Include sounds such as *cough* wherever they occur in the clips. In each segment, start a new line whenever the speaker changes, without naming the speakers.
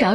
扰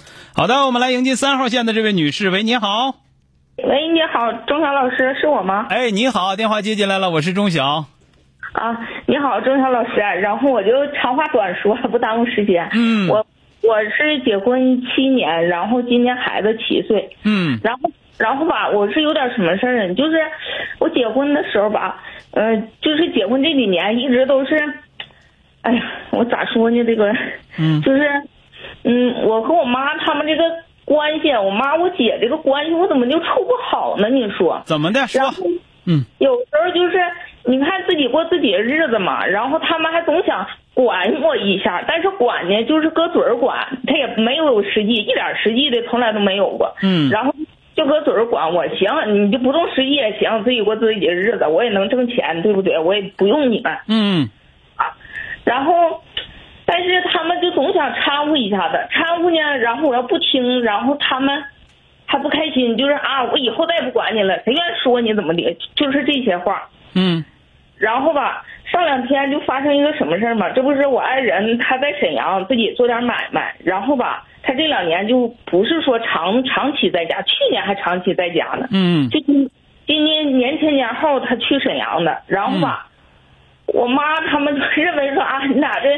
好的，我们来迎接三号线的这位女士，喂，你好，
喂，你好，钟晓老师，是我吗？
哎，你好，电话接进来了，我是钟晓，
啊，你好，钟晓老师。然后我就长话短说，不耽误时间。
嗯
我我是结婚七年，然后今年孩子七岁。
嗯
然后然后吧，我是有点什么事儿呢？就是我结婚的时候吧，呃，就是结婚这几年一直都是，哎呀，我咋说呢？这个，
嗯
就是，嗯，我和我妈他们这个关系，我妈我姐这个关系，我怎么就处不好呢？你说？
怎么的
然
说
后，
嗯
有时候就是你看自己过自己的日子嘛，然后他们还总想管我一下，但是管呢就是搁嘴儿管，他也没有实际，一点实际的从来都没有过。
嗯
然后就搁嘴儿管我，行，你就不动实际也行，自己过自己的日子，我也能挣钱，对不对？我也不用你们。
嗯
然后，但是他们就总想掺和一下子，掺和呢，然后我要不听，然后他们还不开心，就是啊，我以后再也不管你了，谁愿意说你怎么的，就是这些话。
嗯
然后吧，上两天就发生一个什么事儿嘛？这不是我爱人他在沈阳自己做点买卖，然后吧，他这两年就不是说长长期在家，去年还长期在家呢，
嗯
就今今年年前年后他去沈阳的，然后
嗯
吧，我妈他们就认为说啊，你俩这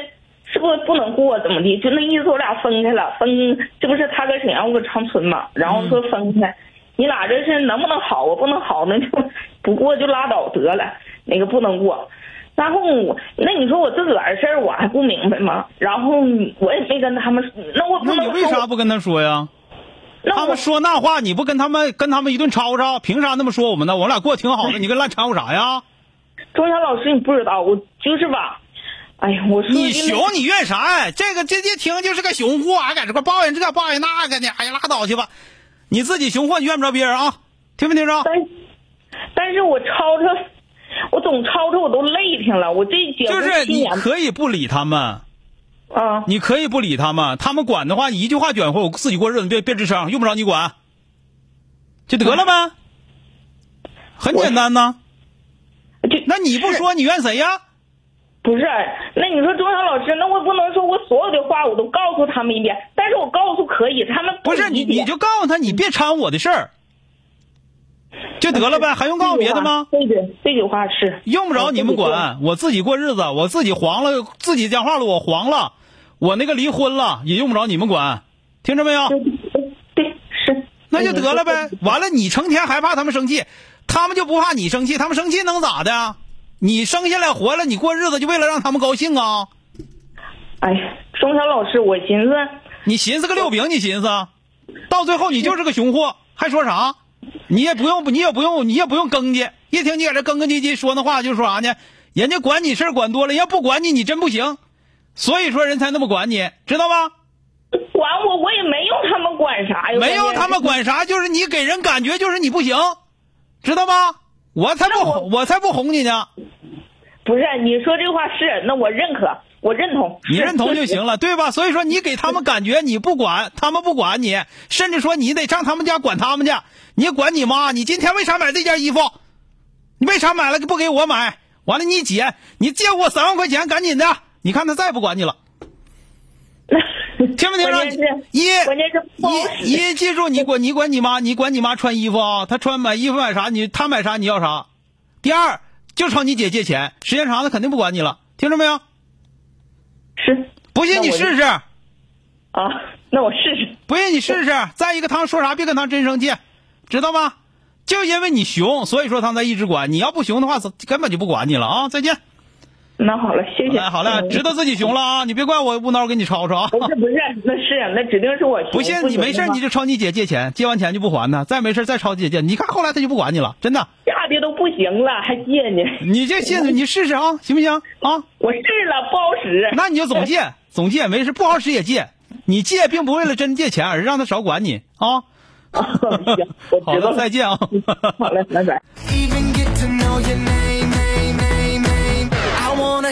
是不是不能过怎么的？就那意思，我俩分开了，分这不是他搁沈阳，我搁长春嘛，然后
嗯
说分开，你俩这是能不能好啊？不能好那就不过就拉倒得了，那个不能过。然后我那你说我自个儿的事儿我还不明白吗？然后我也没跟他们，那我不
那
能
你为啥
说，
不跟他说呀？
那
他
我
们说那话，你不跟他们跟他们一顿吵吵，凭啥那么说我们呢？我俩过得挺
*laughs*
好的，你跟烂掺和啥呀？
钟晓老师你不知道，我就是吧，哎呀，我说
你
句那
熊，你怨啥呀？这个这一听就是个熊货，还在这块抱怨这抱怨那个呢？哎呀，拉倒去吧，你自己熊货，你怨不着别人啊，听没听着？
但但是我吵吵，我总吵吵，我都累挺了。我这结
就
婚
是
七
你
年，
可以不理他们。
啊，
你可以不理他们，他们管的话，你一句话卷回，我自己过日子，别别吱声，用不着你管，就得了呗，很简单呐。
就
那你不说，你怨谁呀？
不是？那你说钟晓老师，那我不能说我所有的话我都告诉他们一遍，但是我告诉可以，他们
不是你，
理解
你就告诉他，你别掺和我的事儿，就得了呗，还用告诉别的吗？
哎这句话这句这句话是
用不着你们
嗯
管，我自己过日子，我自己黄了，自己讲话了，我黄了，我那个离婚了，也用不着你们管，听着没有？
对对对是，
那就得了呗
嗯。
完了，你成天还怕他们生气，他们就不怕你生气，他们生气能咋的啊？你生下来活了，你过日子就为了让他们高兴啊？
哎呀，钟晓老师，我寻思。
你寻思个六饼，你寻思，到最后你就是个熊货，还说啥？你也不用，你也不用，你也不用更去。一听你在这更更唧唧说那话，就说啥呢？人家管你事儿管多了，人家不管你，你真不行。所以说人才那么管你，知道吧？
管我，我也没用他们管啥呀，
没有他们管啥，就是你给人感觉就是你不行，知道吗？我才不
那我
哄，我才不哄你呢。
不是你说这话是，那我认可，我认同， *laughs*
你
是
认同就行了，对吧？所以说你给他们感觉你不管，他们不管你，甚至说你得上他们家管他们去，你管你妈，你今天为啥买这件衣服？你为啥买了不给我买？完了，你姐，你借我三万块钱，赶紧的！你看他再不管你了，听没听着
关键是？
一，
关键是不好使
一，一，记住，你管你管你妈，你管你妈穿衣服啊，她穿买衣服买啥，你她买啥你要啥。第二，就朝你姐借钱，时间长了肯定不管你了，听着没有？
是
不信你试试。
啊，那我试试。
不信你试试。再一个，他们说啥别跟他真生气，知道吗？就因为你熊，所以说他们才一直管。你要不熊的话，根本就不管你了啊！再见。
那好了，谢
好
谢。
嘞，好嘞，
嗯
知道自己熊了啊！你别怪我无脑给你吵吵啊！*laughs*
*laughs* 不是不是，那是那指定是我行
不信你没事
行
你就朝你姐借钱，借完钱就不还他，再没事再朝姐借。你看后来他就不管你了，真的。
吓的都不行了，还借呢。
你这借
嗯
你试试啊，行不行啊？
我试了，不好使。
那你就总借，总借没事，不好使也借。你借并不为了真借钱，而是让他少管你啊。
行， *laughs* 我
好
知道
了，
了。
再
*laughs*
见啊！
好嘞，拜拜。
even get to know your name, name, name, name. I wanna